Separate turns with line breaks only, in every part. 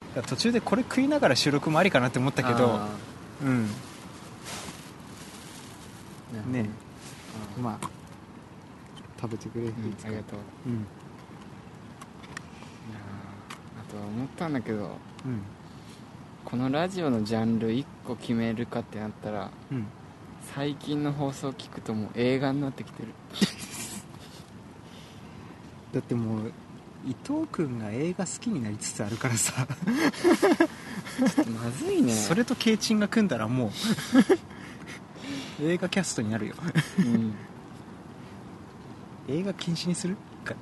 だから途中でこれ食いながら収録もありかなって思ったけど
あ
うん
ー
ね
うん
まあ、
食べてくれ、
うん
いつ
あ
か
りがと
う
う
ん
いやーあと思ったんだけど
うん
このラジオのジャンル1個決めるかってなったら
うん
最近の放送聞くともう映画になってき てる
だってもう伊藤君が映画好きになりつつあるからさ、
ちょっとまずいね
それとケイチンが組んだらもう映画キャストになるよ
うん
映画禁止にするか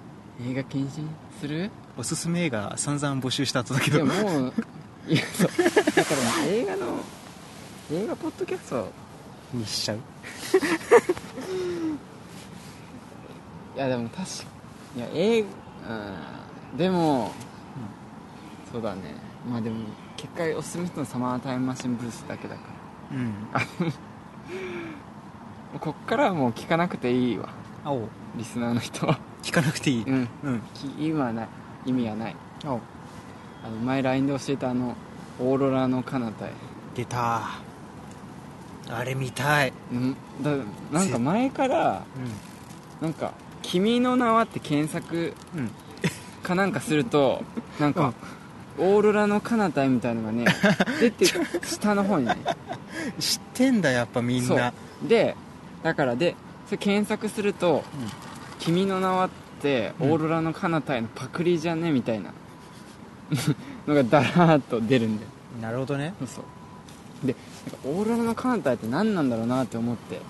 映画禁止する
おすすめ映画散々募集した後だけ
いや
ど
もういやそうだから映画の映画ポッドキャスト
にしちゃう
いやでも確かいや映画うんでも、そうだねまあでも結果おすすめしたのサマータイムマシンブースだけだか
うん
らもうこっからはもう聞かなくていいわ
青
リスナーの人は
聞かなくていい
うん
うん
き意味はない意味はない
青
あの前 LINE で教えたあのオーロラの彼方へ
出たあれ見たい
うんだなんか前からなんか「君の名は」って検索
うんうん
かなんかするとなんか、オーロラの彼方へみたい のがね出て下の方にね
知ってんだやっぱみん
そう
な
でだからでそれ検索すると「
うん
君の名は」ってオ
うん
ーロラの彼方へのパクリじゃねみたいな のがダラーっと出るんだよ
なるほどね
そうそうでなんかオーロラの彼方へって何なんだろうなって思って
うん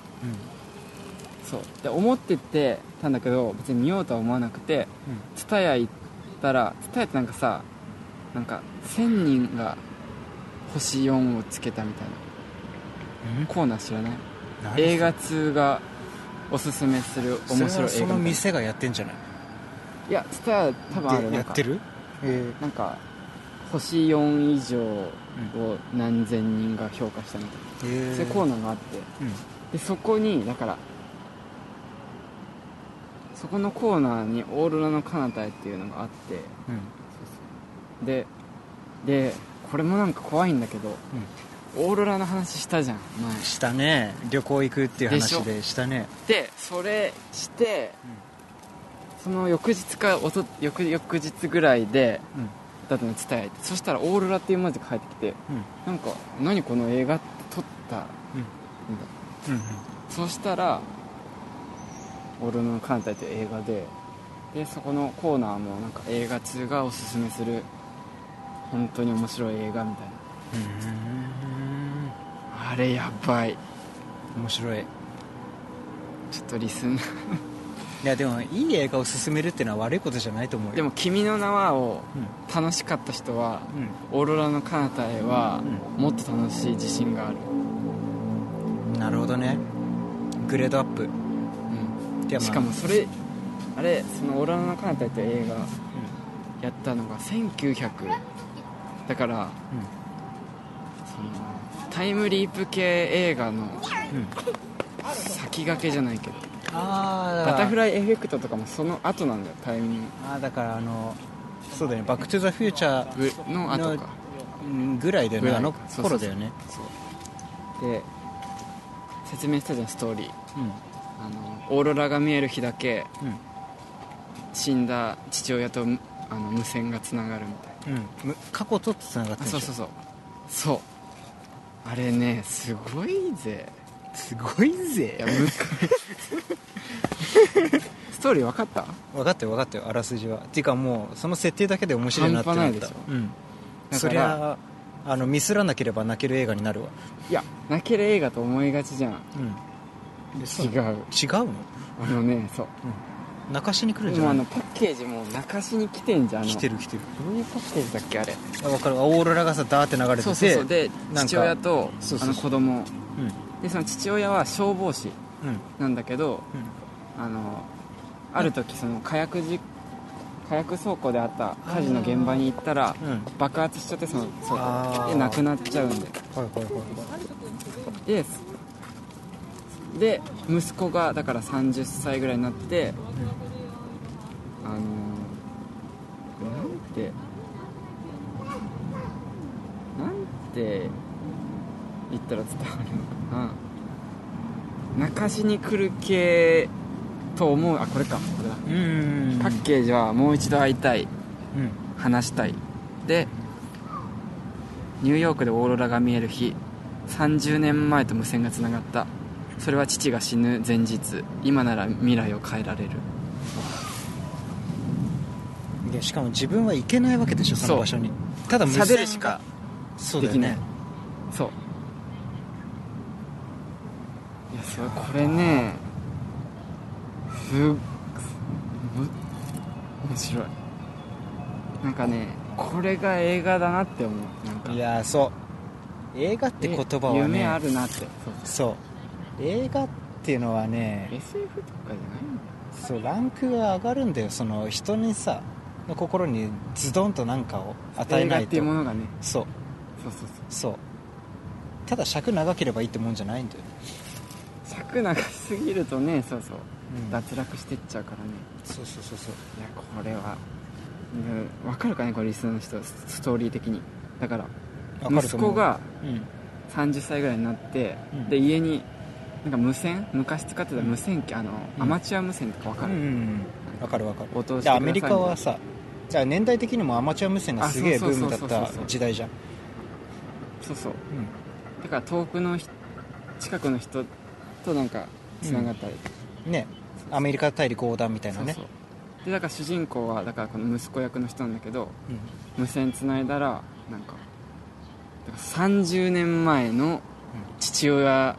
そうで思っててたんだけど別に見ようとは思わなくて蔦屋行ったら蔦屋ってなんかさなんか1000人が星4をつけたみたいな
うん
コーナー知らない
何
映画通がおすすめする
それ
面白い
は
映画みたい
そ
な
の店がやってんじゃない
いや蔦屋多分ある
で
な
や
ん
っ
か
てるえ
なんか星4以上を何千人が評価したみたいな、
えー
そういうコーナーがあって
うん
でそこにだからそこのコーナーに「オーロラの彼方へ」っていうのがあって
うん
ででこれもなんか怖いんだけど、オーロラの話したじゃん前
したね旅行行くっていう話
で
でしたね
でそれして、その翌日かおと翌翌日ぐらいで
うん
だったの伝えてそしたら「オーロラ」っていう文字が入ってきて
うん
なんか「何この映画」って撮ったんだ、
うん
そしたら「オーロラの艦隊」という映画ででそこのコーナーもなんか映画通がおすすめする本当に面白い映画みたい
うん
なあれやばい
面白い
ちょっとリスン
いやでもいい映画を勧めるってのは悪いことじゃないと思うよ
でも「君の名は」を
う
楽しかった人は
ん
オーロラの彼方へは
う
もっと楽しい自信がある、
うんなるほどねグレードアップ
うん
いやまあ
しかもそれあれその「オーロラの彼方へ」という映画やったのが1900だからそのタイムリープ系映画の
うんうん
先駆けじゃないけど
ああ
バタフ
イ
ライエフェクトとかもその後なんだよタイム
ああだからあのそうだよね「バック・トゥ・ザ・フューチャー
リープの後か」
うんぐらいだよ
ぐ
ね
らい
あの
そうそ
頃
うそう
だよね
そうで説明したじゃんストーリー
うん
あのオーロラが見える日だけ死んだ父親とむあの無線がつながるみたいな
うんうんむ過去とつながって
あ
る
そうそうそうそうあれねすごいぜ
すごい
い
ぜ
やむ ストーリー分かった
分かったよ分かったよあらすじはっていうかもうその設定だけで面白いなってな
半
っ
端ないで
た
しょ
うん
だから
そりゃあのミスらなければ泣ける映画になるわ
いや泣ける映画と思いがちじゃん
うん違
違う
うの
あのねそう
泣かしに来るんじゃ
もうあ
ない
のパッケージもう泣かしに来てんじゃんあの
来てる来てる
どういうパッケージだっけあれ
あ分かるあオーロラがさダーって流れてて
そうそうそうで
なんか
父親と
そうそう
あ
そう
の子供
うん
でその父親は消防士
うん
なんだけど
うん
あのある時その火薬じ火薬倉庫であった火事の現場に行ったら
うん
爆発しちゃってそのそう
あー
で亡くなっちゃうんで
はいはいはい
でで息子がだから30歳ぐらいになってあのーなんてて言ったら伝わるのかな泣かしに来る系と思うあこれかこれだ
うん
パッケージはもう一度会いたい
うん
話したいでニューヨークでオーロラが見える日30年前と無線がつながったそれは父が死ぬ前日今なら未来を変えられる
でしかも自分は行けないわけでしょその場所にただ無
喋
線
るしか
そう
で
だよ
きない
ね
そういやそれこれねすっむ面白いなんかねこれが映画だなって思うなんか
いやーそう映画って言葉
え
は
夢あ
ね
るなってそう
そう映画っていうのはね
SF とかじゃないんだ
そうランクが上がるんだよその人にさの心にズドンと何かを与えな
映画っ
い
ていうも
と
のがね
そう
そうそうそ
そ
う
うただ尺長ければいいってもんじゃないんだよ、
尺長すぎるとねそうそう
うん
脱落してっちゃうからね
そうそうそうそう
いやこれはうんわかるかねこれリスナーの人スストーリー的にだから
わかる
息
と思う
子が
うん
30歳ぐらいになって、
うん
で家になんか無線昔使ってた無線機あの、
うん
アマチュア無線とかわか
うんう
る、
んうんわかるわかる
応答してくだ
で
さい
アメリカはさじゃあ年代的にもアマチュア無線がすげえ
あ
ブ
そう
ー
そう
ム
そ
だ
うそう
った時代じゃん
そうそう
うん
だから遠くのひ近くの人となんかつながったり、
ねアメリカ大陸横断みたいなね
そうそうでだから主人公はだからこの息子役の人なんだけど
うん
無線つないだらなんかだから30年前の父親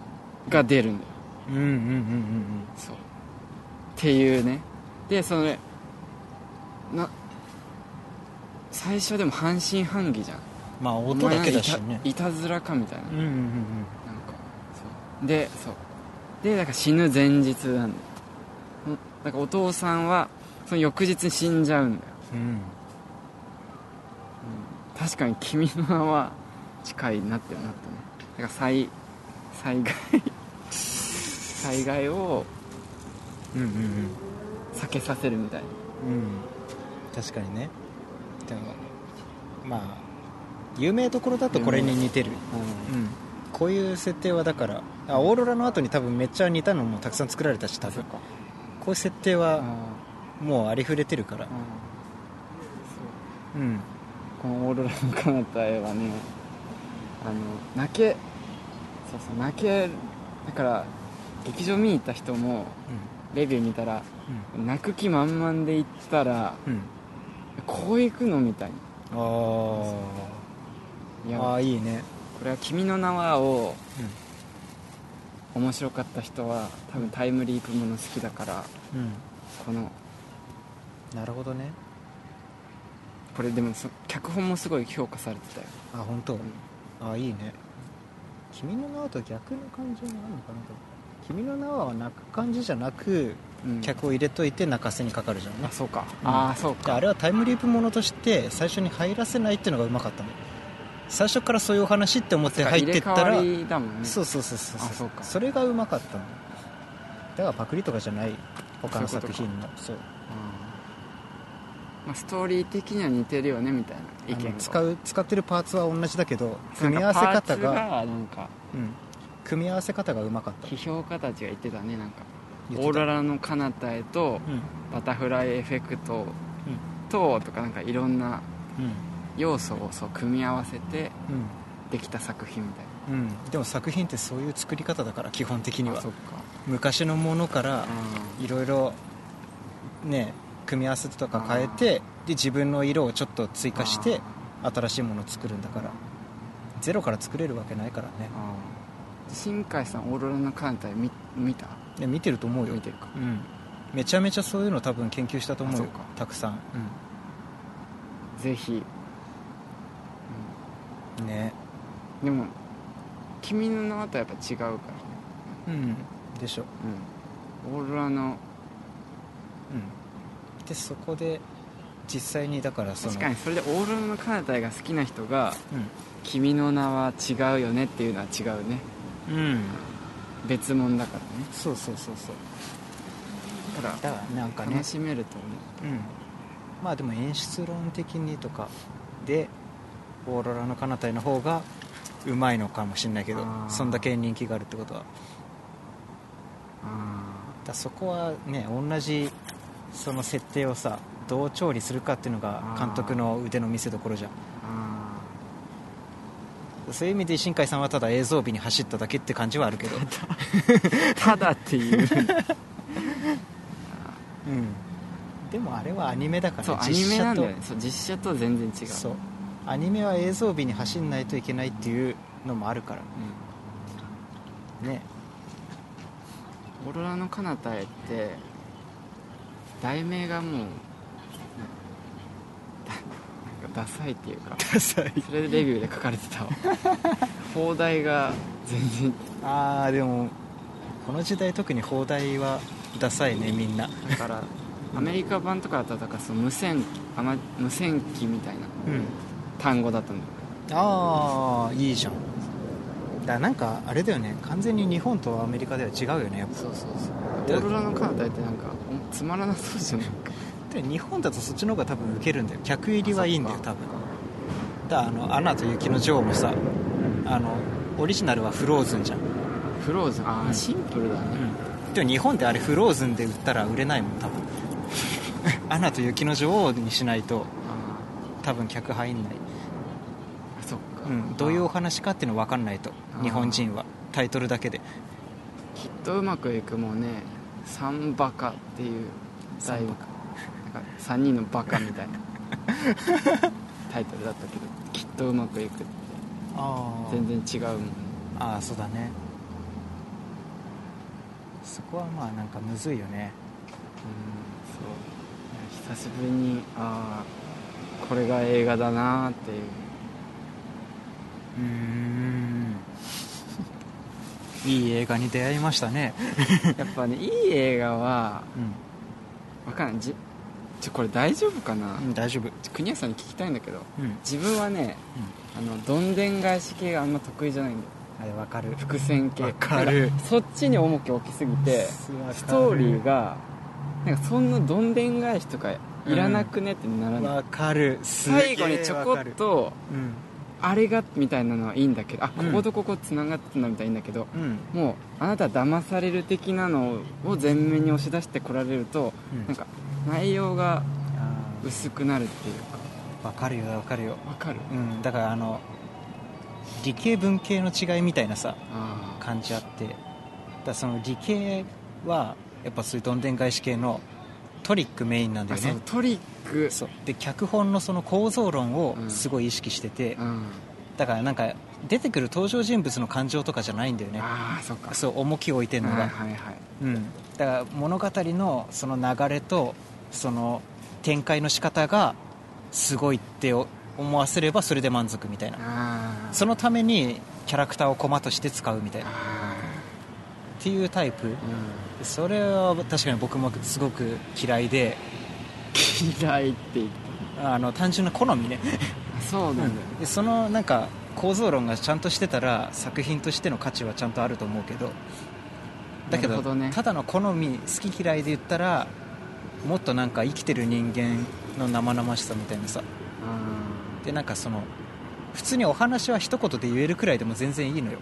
が出るんだよ
うんうんうんうん
そうっていうねでそのねな最初でも半信半疑じゃん
うんまあ音だけだしね
お前いたいたずらかみたいな,、
うんうんうんうん
なんかそうでそうでだから死ぬ前日なんだようんだからお父さんはその翌日に死んじゃうんだよ
うん
確かに「君の名は」近いなってなったねだから災災害 災害を
うんうんうん
避けさせるみたいな
うん確かにねでもまあ有名どころだとこれに似てる、うん、こういう設定はだからあオーロラの後に多分めっちゃ似たのもたくさん作られたし多
そ
分
っ
こ
か
ういう設定
あ
は
あ
もうありふれてるから
あ
うん
ーこのオーロラの彼方へはねあの泣けそうそう泣けだから劇場見に行った人もレビュー見たら泣く気満々で行ったら
うんうん
こう行くのみたい
あー
ないや
あーいいね
これは「君の名は」を
うん
面白かった人は多分タイムリープもの好きだから
うん
この
なるほどね
これでもそ脚本もすごい評価されてたよ、
あ本当。
うん
あいいね君の名はと逆の感じになるのかな君の名は泣く感じじゃなく
うん
客を入れといて泣かせにかかるじゃんね
あ、そうか、
うん
ああそう
で
か
あれはタイムリープものとして最初に入らせないっていうのがうまかったの最初からそういうお話って思って入ってったら
入れ替わりだもんね
そうそうそうそう
あそうか
それがうまかったのだからパクリとかじゃない他の
そういうこと
作
か
品のそう
まあ、ストーリー的には似てるよねみたいな意
あ
見
の
が
使う使ってるパーツは同じだけど
なんか
組み合わせ
パー
方
ツ
が
がなんか
うん、組み合わせ方がうまかった
批評家たちが言ってたねなんか
言ってた
オーロラの彼方へと
うん
バタフライエフェクトと、とかなんかいろんな
うん
要素をそう組み合わせて
うん
できた作品みたい
うん、でも作品ってそういう作り方だから基本的に
な
は
そっか
昔のものから
あ
いろいろね組み合わせとか変えてで自分の色をちょっと追加して新しいものを作るんだからゼロから作れるわけないからね
ーあー新海さんオーロラの彼方へ見見た
で見てると思うよ
見てるか
うん、めちゃめちゃそういうの多分研究したと思うよ
あそうか
たくさん、
ぜひ、うん
うん、ね
でも君の名はとはやっぱ違うからね、
うんでしょ
うん、オーロラの
うん、でそこで実際にだからその
確かにそれでオーロラの彼方へが好きな人が「君の名は違うよね」っていうのは違うね
うん、うん、
別物だからね
そうそうそうそう
だか
だからなんからね
楽、しめると思う、
うん、まあでも演出論的にとかでオーロラの彼方への方がうまいのかもしれないけど
あー
そんだけ人気があるってことは
あ
だそこはね同じその設定をさどう調理するかっていうのが
あー
監督の腕の見せ所じゃん
ーあ
そういう意味で新海さんはただ映像美に走っただけって感じはあるけ ど、
ただっていう
うん、でもあれはアニメだから
そうアニメなんだよねそう実写とは全然違う
そうアニメは映像美に走んないといけないっていうのもあるから
う
ね
んオーロラの彼方へって題名がもうななんかダサいっていう か
ダサい
それでレビューで書かれてた わ放題が全然
あーでもこの時代特に放題はダサいねみんな
だからアメリカ版とかだったらだからその無線あま無線機みたいな
うん
単語だったんだよ
ああいいじゃんだからなんかあれだよね完全に日本とアメリカでは違うよねやっ
そうそうそうオーロラの彼方へってなんかおつまらなそうじゃないか
ぱで日本だとそっちの方が多分ウケるんだよ客入りはいいんだよ多分だからあの「アナと雪の女王」もさあのオリジナルはフローズンじゃん、う
フローズンああ、
うん
シンプルだね、
ん、でも日本であれフローズンで売ったら売れないもん多分 「アナと雪の女王」にしないと
あ
多分客入んない
あそっ
う
か、
ん、どういうお話かっていうの分かんないと
あー
日本人はタイトルだけで
きっとうまくいくもんね「サンバカ」っていう
サ
題
ン
な
バ
んか3人のバカみたいなタイトルだったけどきっとうまくいくって
あ
全然違うもんね
ああそうだねそこはまあなんかむずいよね
うんそう久しぶりにああこれが映画だなーっていう
うーんいい映画に出会いましたね
やっぱねいい映画は
う
わかんないじちょこれ大丈夫かな、
ん、うん、大丈夫
ちょ国谷さんに聞きたいんだけど
うん、うん、
自分はねあのどんでん返し系があんま得意じゃないんだよ
あれ分かる
伏線系
わかる
なんそっちに重きを置きすぎてス
ス
トーリーがなんかそんなどんでん返しとかいらなくねってならない、
分かるすげ
最
え
後にちょこ
わか
っ
る
と
うん
あれがみたいなのはいいんだけどあこ
うん
ことここつながってたのみたいなのはいいんだけど、
うん、うん、
もうあなた騙される的なのを前面に押し出してこられるとなんか内容が
あ
薄くなるっていう
ーわかるよわかるよ
かわかる
うん、だからあの理系文系の違いみたいなさ
ああ
感じあってだからその理系はやっぱそういうどんでん返し系のトリックメインなんだ
あ
よ
そ
ね
うトリック
そうで脚本のその構造論を
うん
すごい意識してて、
うん
だからなんか出てくる登場人物の感情とかじゃないんだよね
ああそっか
そう重きを置いてるのが、
はいはいはい
うん、だから物語のその流れとその展開の仕方がすごいって思わせればそれで満足みたいな
ああ
そのためにキャラクターを駒として使うみたいなっ
あ
ていうタイプ
あう
それは確かに僕もすごく嫌いで
ん嫌いって言って
あの単純な好みね
あそうなんだよ
でそのなんか構造論がちゃんとしてたら作品としての価値はちゃんとあると思うけどだけ
な
ど
るほどね
ただの好み好き嫌いで言ったらもっとなんか生きてる人間の生々しさみたいなさ
あ
でなんかその普通にお話は一言で言えるくらいでも全然いいのよ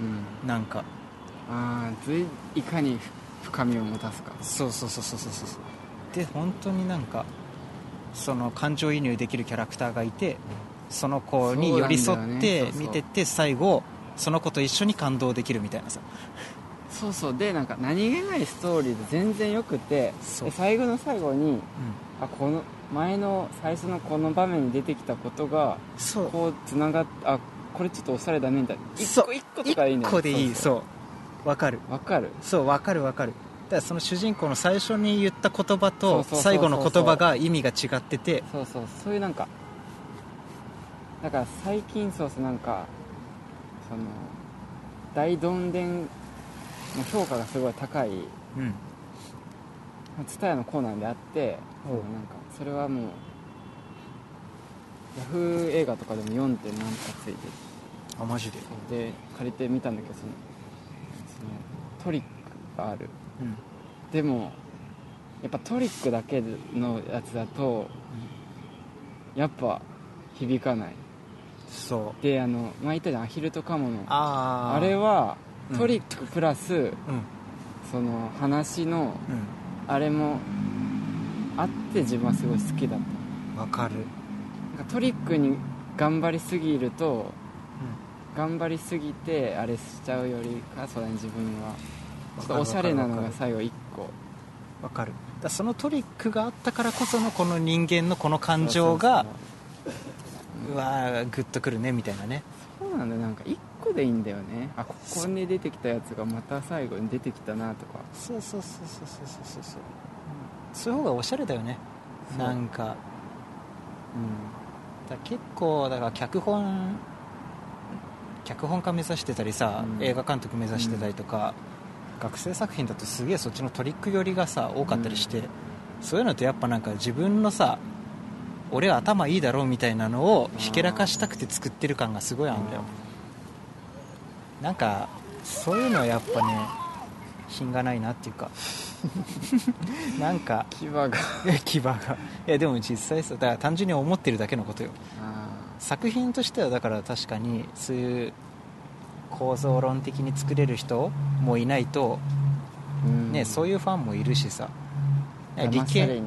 ーうん
なんか
ああずいいかに深みを持たすか
そうそうそうそうそうそうで本当になんかその感情移入できるキャラクターがいてその子に寄り
そう
添
なんだよね
って
そうそう
見てって最後その子と一緒に感動できるみたいなさ
そうそうでなんか何気ないストーリーで全然よくて
そう
で最後の最後にあこの前の最初のこの場面に出てきたことが
そう
こうつながっあこれちょっとおしゃれだねみたいな一
そう
個一個とかいいんだ
1
よ
個でいい
そう
そうわかる
そうわかる
そうわかるわかるだからその主人公の最初に言った言葉と
そうそうそうそう
最後の言葉が意味が違ってて
そうそうそういうなんかだから最近そうそうなんかその大どんでんの評価がすごい高い
うん
蔦屋のコーナーであってそ
おう
のなんかそれはもうヤフー映画とかでも 4. 点何かついてて
あマジで
で借りてみたんだけどそのそのトリックがある
うん
でもやっぱトリックだけのやつだと、やっぱ響かない
そう
であの前言ったじゃんアヒルとカモのあ
ああ
れは
うん
トリックプラス、
うん
その話
う
のあれもあって自分はすごい好きだった
んわかる
なんかトリックに頑張りすぎると頑張りすぎてあれしちゃうよりかそうだね自分はちょっとおしゃれなのが最後1個
わかるだからそのトリックがあったからこそのこの人間のこの感情がうわーグッとくるねみたいなね
そうそうそうそうなんだよなんか1個でいいんだよねあここに出てきたやつがまた最後に出てきたなとか
そうそうそうそうそうそうそうそうそういう方がおしゃれだよね
そう
なんか
う
だから結構だから脚本脚本家目指してたりさ、
うん
映画監督目指してたりとか、学生作品だとすげえそっちのトリック寄りがさ多かったりして、そういうのってやっぱなんか自分のさ俺は頭いいだろうみたいなのをひけらかしたくて作ってる感がすごいあるんだよ、なんかそういうのはやっぱね品がないなっていうか なんか
牙が
牙がいやでも実際さだから単純に思ってるだけのことよ
あ
作品としてはだから確かにそういう構造論的に作れる人もいないと、
ーうん
ねそういうファンもいるしさ理
騙され
系
に行く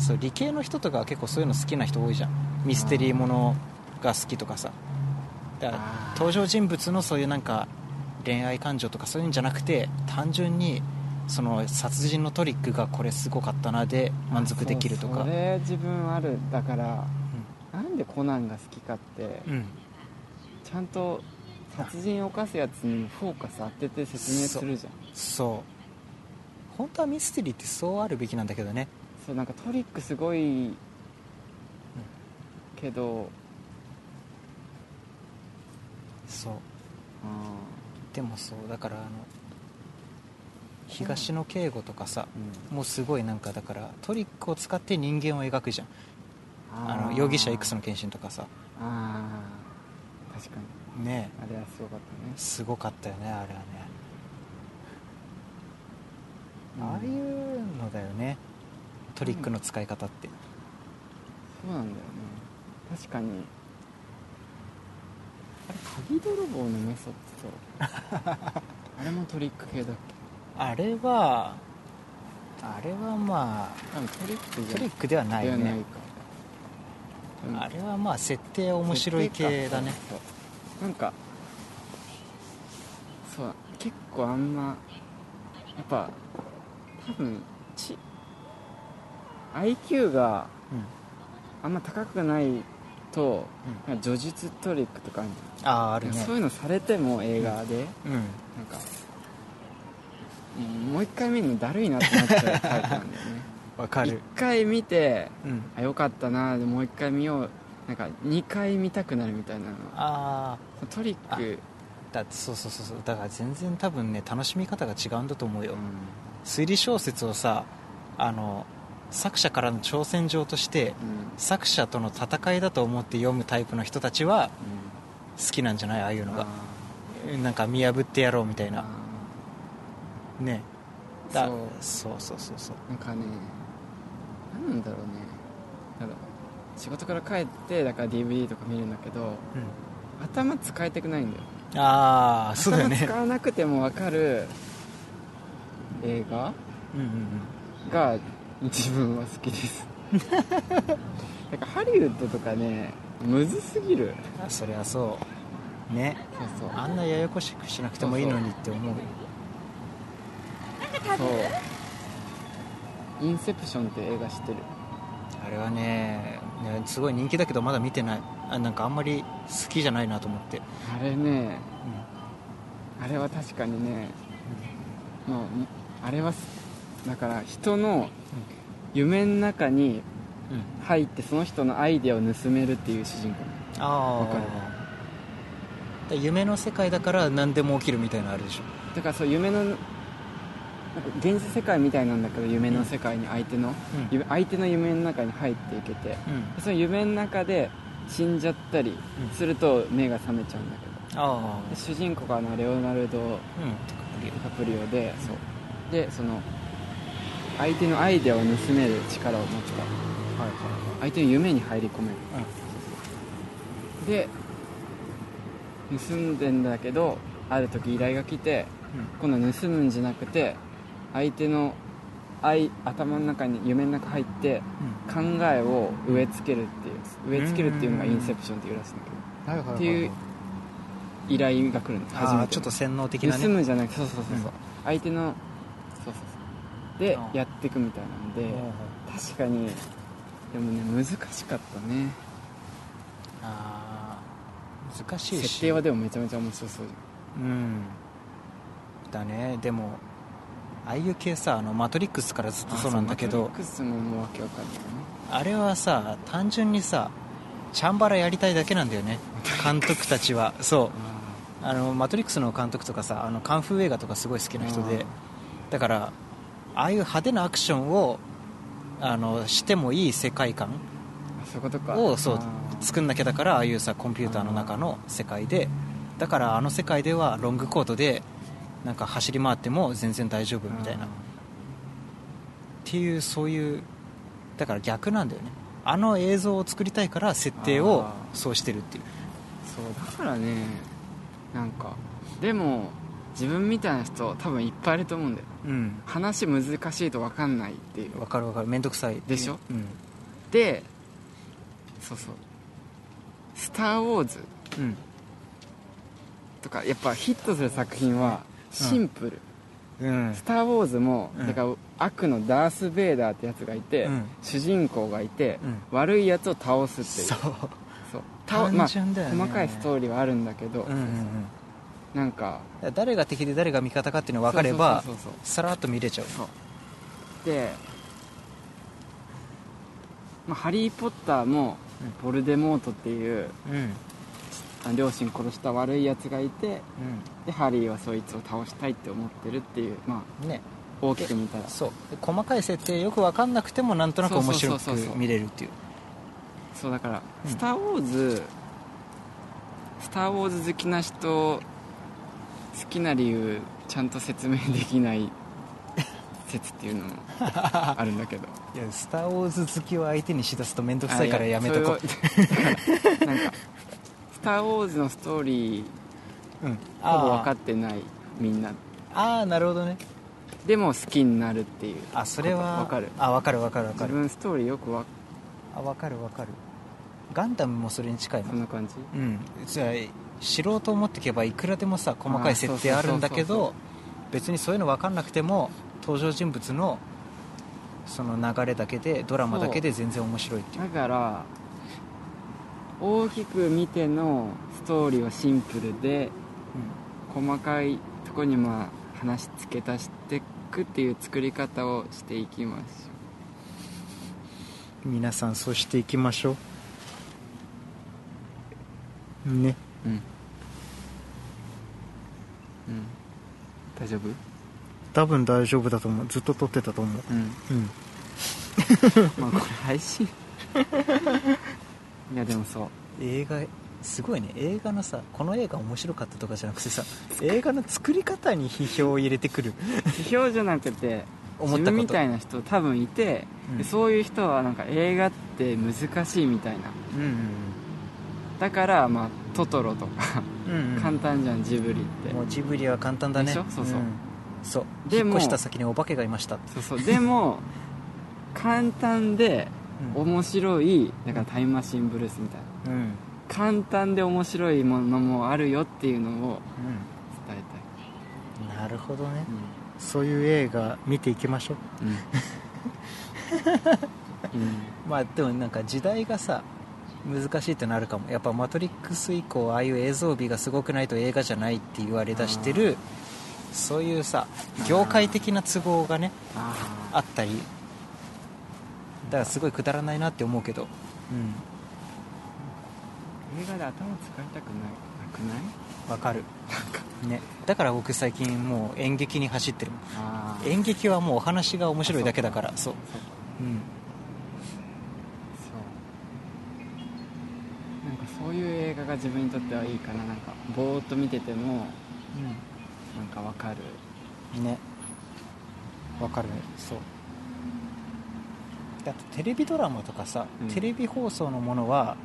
そう理系の人とかは結構そういうの好きな人多いじゃんミステリーものが好きとかさだから
あー
登場人物のそういうなんか恋愛感情とかそういうんじゃなくて単純にその殺人のトリックがこれすごかったなで満足できると
そ
か
うそれ自分あるだからなんでコナンが好きかって
うん、うん
ちゃんと殺人を犯すやつにもフォーカス当てて説明するじゃん
そう本当はミステリーってそうあるべきなんだけどね
そうなんかトリックすごいけど
そうでもそうだからあの東野圭吾とかさもうすごいなんかだからトリックを使って人間を描くじゃんあの容疑者 X の
件
献身とかさ
あー確かに
ね
あれはすごかった
すごかったよねあれはね、
ね
ああい
ん
うのだよねトリックの使い方って、
そうなんだよね確かにあれ鍵泥棒のメソッドあれもトリック系だっけ
あれはあれはまあ
多分トリックじ
ト
ゃ
リックではない
では
ね
ないかうん
あれはまあ設定面白い系だね
そうなんかそう結構あんまやっぱ多分ち IQ が
うん
あんま高くないと、なんか叙述トリックとかあるじ
あああ
ゃん
るね
そういうのされても映画で、
うん
なんかうんもう一回見るのだるいなってなっちゃうタイ プなんだよね
わか
一回見て
うん
あよかったなでもう一回見ようなんか2回見たくなるみたいなの
ああ
トリック
だってそうそうそうそうだから全然多分ね楽しみ方が違うんだと思うよ、
う
推理小説をさあの作者からの挑戦状として
んうん
作者との戦いだと思って読むタイプの人たちは好きなんじゃないああいう
う
の
ん
が
あ
なんか見破ってやろうみたい
ー
な
あ
ねだ
そう
そうそうそうそう
ーなんかね何なんだろうねなんだろう仕事から帰ってだから DVD とか見るんだけど
う
頭使いたくないんだよ
ん、ああ そうだよ
頭
ね
使わなくても分かる映画
うんうんうん
が自分は好きです なんかハリウッドとかねむずすぎる
あそりゃそうね
そうそう
あんなややこしくしなくてもいいのにって思うよ
そうインセプションって映画知ってる
あれはねねすごい人気だけどまだ見てないあなんかあんまり好きじゃないなと思って、
あれねあれは確かにねもうあれはすだから人の夢の中に
うん
入ってその人のアイデアを盗めるっていう主人公
ああ
わかる
だ夢の世界だから何でも起きるみたいなのあるでしょ
だからそう夢のなんか現実世界みたいなんだけど夢の世界に相手の、
うん
夢相手の夢の中に入っていけて
うん
その夢の中で死んじゃったりすると目が覚めちゃうんだけど
あ
で主人公があのレオナルド・
あうん
ディカプリオでそうでその相手のアイデアを盗める力を持った
はいはい
相手の夢に入り込める
はい
で盗んでんだけどある時依頼が来て今度は盗むんじゃなくて相手の愛頭の中に夢の中入って考えを植え付けるっていう植え付けるっていうのがインセプションっていうらしいんだけど
はいはいはいはい
っていう依頼が来るんです初
あ
め
あ
て
ちょっと洗脳的な
盗
ね
むじゃなくてそうそうそうそう、
うん
相手のそうそうそうで
ああ
やっていくみたいなんで確かにでもね難しかったね
ああ難しいし
設定はでもめちゃめちゃ面白そうじ
うんだねでもああいう系さあの「マトリックス」からずっ
ゃん
とそうなんだけ
マ
ど
トリックスももうわけわかんないよね
あれはさ単純にさチャンバラやりたいだけなんだよね監督たちはそうあのマトリックスの監督とかさあのカンフー映画とかすごい好きな人
うん
でだからああいう派手なアクションをあのしてもいい世界観
あそういうことか
をそう
あー
作んなきゃだからああいうさコンピューターの中の世界でだからあの世界ではロングコートでなんか走り回っても全然大丈夫みたいなっていうそういうだから逆なんだよねあの映像を作りたいから設定を
あー
そうしてるっていう
そうだからねなんかでも自分みたいな人多分いっぱいいると思うんだよ
うん
話難しいとわかんないっていう
わかるわかる面倒くさい
でしょ
うん
でそうそう「スター・ウォーズ
うん」
とかやっぱヒットする作品はシンプル
うん
「スター・ウォーズも」
うん
だから悪のダース・ベイダーってやつがいて、
うん
主人公がいて、
うん
悪いやつを倒すっていう
そう
そう
単
倒まあ細
純だよね
かいストーリーはあるんだけど、
うんうんうん
なんか
だから誰が敵で誰が味方かっていうの分かれば
そうそうそうそう
さらっと見れちゃう
そうで、まあ「ハリー・ポッター」もボルデモートっていう
うんうん
あ両親殺した悪いやつがいてでハリーはそいつを倒したいって思ってるっていうま
ね
あ大きく見たら
そ
そ
うで細かい設定よく分かんなくてもなんとなく面白
そうそうそうそ
く
う
見れるっていう
うだから「
うん
スター・ウォーズ」スター・ウォーズ好きな人好きな理由ちゃんと説明できない説っていうのもあるんだ けど
いや「スター・ウォーズ」好きを相手にしだすと面倒くさいからやめとこう
う なんか「スター・ウォーズ」のストーリー
うん
ほぼ
あ
分か
ー
ってないみんな
あーなるほどね
でも好きになるっていう
あそれは
分かる
あ分かる分かる分か
自
る
分ストーリーよくわ
あ分かる分かるガンダムもそれに近いも
そ
ん
んな感じ
うん、じゃあ知ろうと思っていけばいくらでもさ細かい設定
あー
あるんだけ
そうそうそう
ど別にそういうの分かんなくても登場人物のその流れだけでドラマだけで全然面白いっていう
だから大きく見てのストーリーはシンプルで細かいとこにまあ話付け足していくっていう作り方をしていきまし
皆さんそうしていきましょうね
ょううん、うん、大丈夫
多分大丈夫だと思うずっと撮ってたと思う
うん
うん
まあこれ配 信いやでもそう
映画すごいね映画のさこの映画面白かったとかじゃなくてさ映画の作り方に批評を入れてくる
批評じゃなくて
思
自
ったこと
分みたいな人多分いて、
うん
でそういう人はなんか映画って難しいみたいな
うん
だからまあトトロとか、
うんうんうんうん
簡単じゃんジブリって
もうジブリは簡単だね
でしょそうそうん
そう
でも
引っ越した先にお化けがいました
そうそうでも簡単で
うん
面白いだからタイムマシンブルースみたいな
うんうん
簡単で面白いものもあるよっていうのを伝え
なるほどね
たい、
そういう映画見ていきましょう
うん うん
まあでもなんか時代がさ難しいってのあるかもやっぱ「マトリックス」以降ああいう映像美がすごくないと映画じゃないって言われだしてるそういうさ業界的な都合がね
あ
あったりだからすごいくだらないなって思うけどうん
映画で頭使いたくないなくない
わかるね、だから僕最近もう演劇に走ってるもん
あー
演劇はもうお話が面白いだけだからそう
そうか
うん
そうなんかそういう映画が自分にとってはいいかななんかぼーっと見ててもなんかわかる
うんねわかるそうであとテレビドラマとかさ、
うん
テレビ放送のものは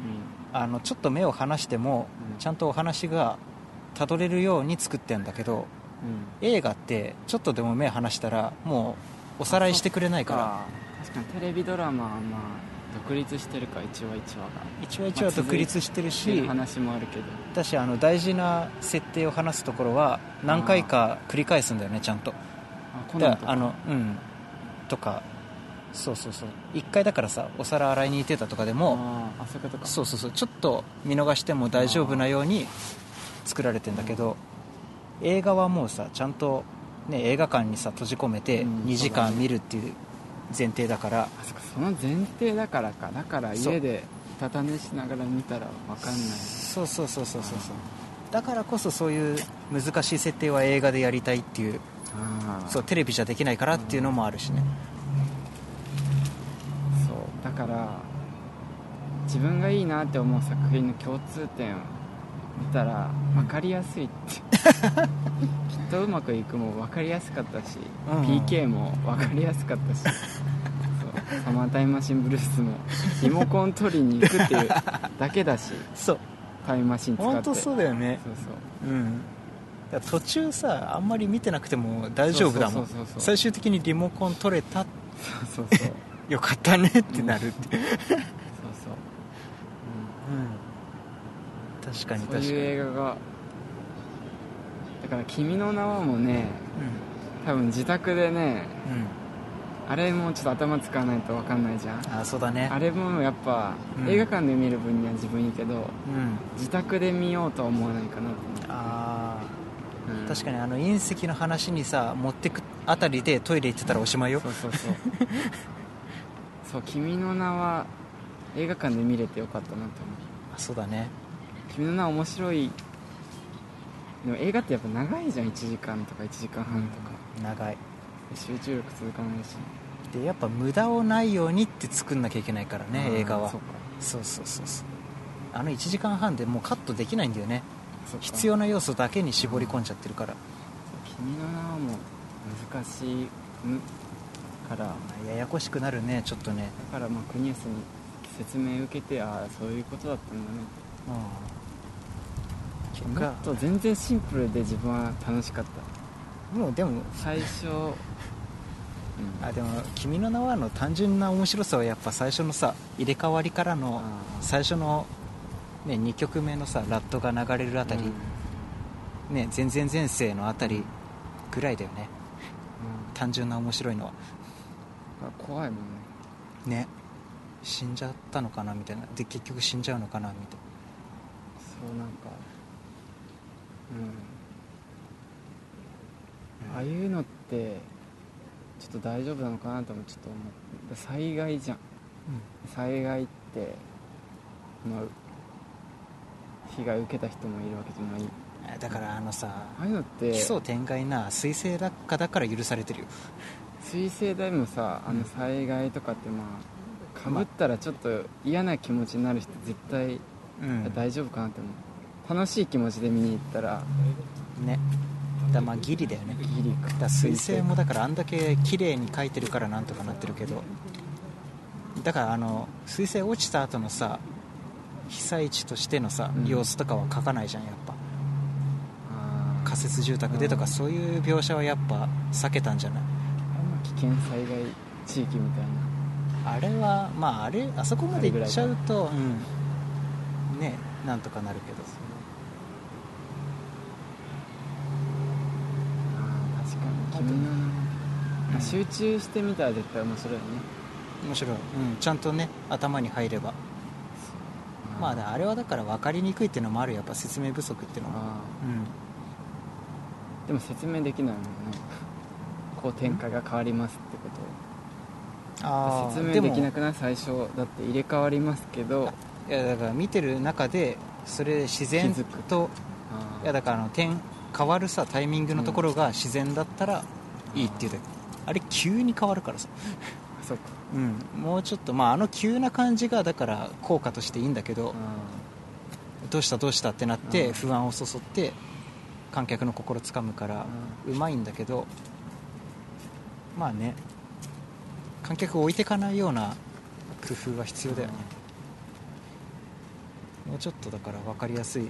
あのちょっと目を離しても、
うん
ちゃんとお話がたどれるように作ってんだけど映画ってちょっとでも目離したらもうおさらいしてくれないから
確かにテレビドラマはまあ独立してるか一話一話が
一話一話独立してる
ってい
し
う話もあるけど
だしあの大事な設定を話すところは何回か繰り返すんだよねちゃんと
あコナ
だ
ン
から
とか
あのうんとかそうそうそう一回だからさお皿洗いに行ってたとかでも
あーあそういうことか
そうそうそうちょっと見逃しても大丈夫なように作られてんだけど映画はもうさちゃんと、ね、映画館にさ閉じ込めて
うん
2時間見るっていう前提だから
あそっかその前提だからかだから
そう
家で畳しながら見たら分かんない
そうそうそうそうそうそうだからこそそういう難しい設定は映画でやりたいっていう
あー
そうテレビじゃできないからっていうのもあるしね
そうだから自分がいいなって思う作品の共通点を見たら分かりやすいっ てきっとうまくいくも分かりやすかったし、
うん
PK も分かりやすかったしそうサマータイムマシンブルースもリモコン取りに行くっていうだけ だし
そう
タイムマシン使って
本当そうだよね
そうそう
うんだから途中さあんまり見てなくても大丈夫だもん
そうそうそうそう
最終的にリモコン取れた
そうそうそうそう
よかったねってなるって
そう
確かに確
そ
か
う
に
いう映画がだから「君の名は」もね多分自宅でね
うん、うん、
あれもちょっと頭使わないと分かんないじゃん
あそうだね
あれもやっぱ、
うん
映画館で見る分には自分いいけど
うん
自宅で見ようとは思わないかなと
あ
思う、
あ確か
に
にあの隕石の話にさ持ってくあたりでトイレ行ってたらおしまいよ
そうそう そうそう「君の名は」映画館で見れてよかったなと思う
あそうだね
「君の名は」面白いでも映画ってやっぱ長いじゃん1時間とか1時間半とか、
長い
集中力続かないし
でやっぱ無駄をないようにって作んなきゃいけないからね
あー
映画は
そうか
そうそうそうそうあの1時間半でもうカットできないんだよね
そうか
必要な要素だけに絞り込んじゃってるから
君の名はも難しいむからだ
ややこしくなるねちょっとね
からまあクニエスに説明受けてああそういうことだったんだね
うん
もっと全然シンプルで自分は楽しかった
もうでも
最初、うん、
あでも「君の名は」の単純な面白さはやっぱ最初のさ入れ替わりからの
あ
最初の、ね、2曲目のさラットが流れるあたり、
うんうん
ね全然前世のあたりぐらいだよね単純な面白いのは
あ怖いもんね
ね死んじゃったのかなみたいなで結局死んじゃうのかなみたい
そうなんかうんああいうのってちょっと大丈夫なのかなともちょっと思って災害じゃん災害って、まあ、被害受けた人もいるわけじゃない
な、うん、だからあのさ
ああいうのって
奇想天外な彗星だかだから許されてるよ
水星代もさあ
う
の
ん
災害とかってまあかぶったらちょっと嫌な気持ちになる人絶対
うん
大丈夫かなって思う楽しい気持ちで見に行ったら
ねだまあギリだよね
ギリか
だ彗星もだからあんだけ綺麗に描いてるからなんとかなってるけどだからあの彗星落ちた後のさ被災地としてのさ、
うん
様子とかは描かないじゃんやっぱ
あー
仮設住宅でとか、
うん
そういう描写はやっぱ避けたんじゃない
あんま危険災害地域みたいな
あれはまああれあそこまで行っちゃうと、うんねなんとかなるけど
あー確かに君の
うん
あ集中してみたら絶対面白いね
むしろ、うん、ちゃんとね頭に入ればまあだあれはだから分かりにくいっていうのもあるやっぱ説明不足っていうのも
あ
うん
ーでも説明できないもんねこう展開が変わりますってこと
あー
説明できなくない最初だって入れ替わりますけど
いやだから見てる中でそれ自然
気づく
と
あ
いやだからあの点変わるさタイミングのところが自然だったらいいっていうだけあれ急に変わるからさ、
あそうか
うん、もうちょっとまああの急な感じがだから効果としていいんだけど
あ
どうしたどうしたってなって
うん
不安をそそって観客の心つかむからうまいんだけどまあね観客を置いてかないような
ー
工夫が必要だよねもうちょっとだから分かりやすい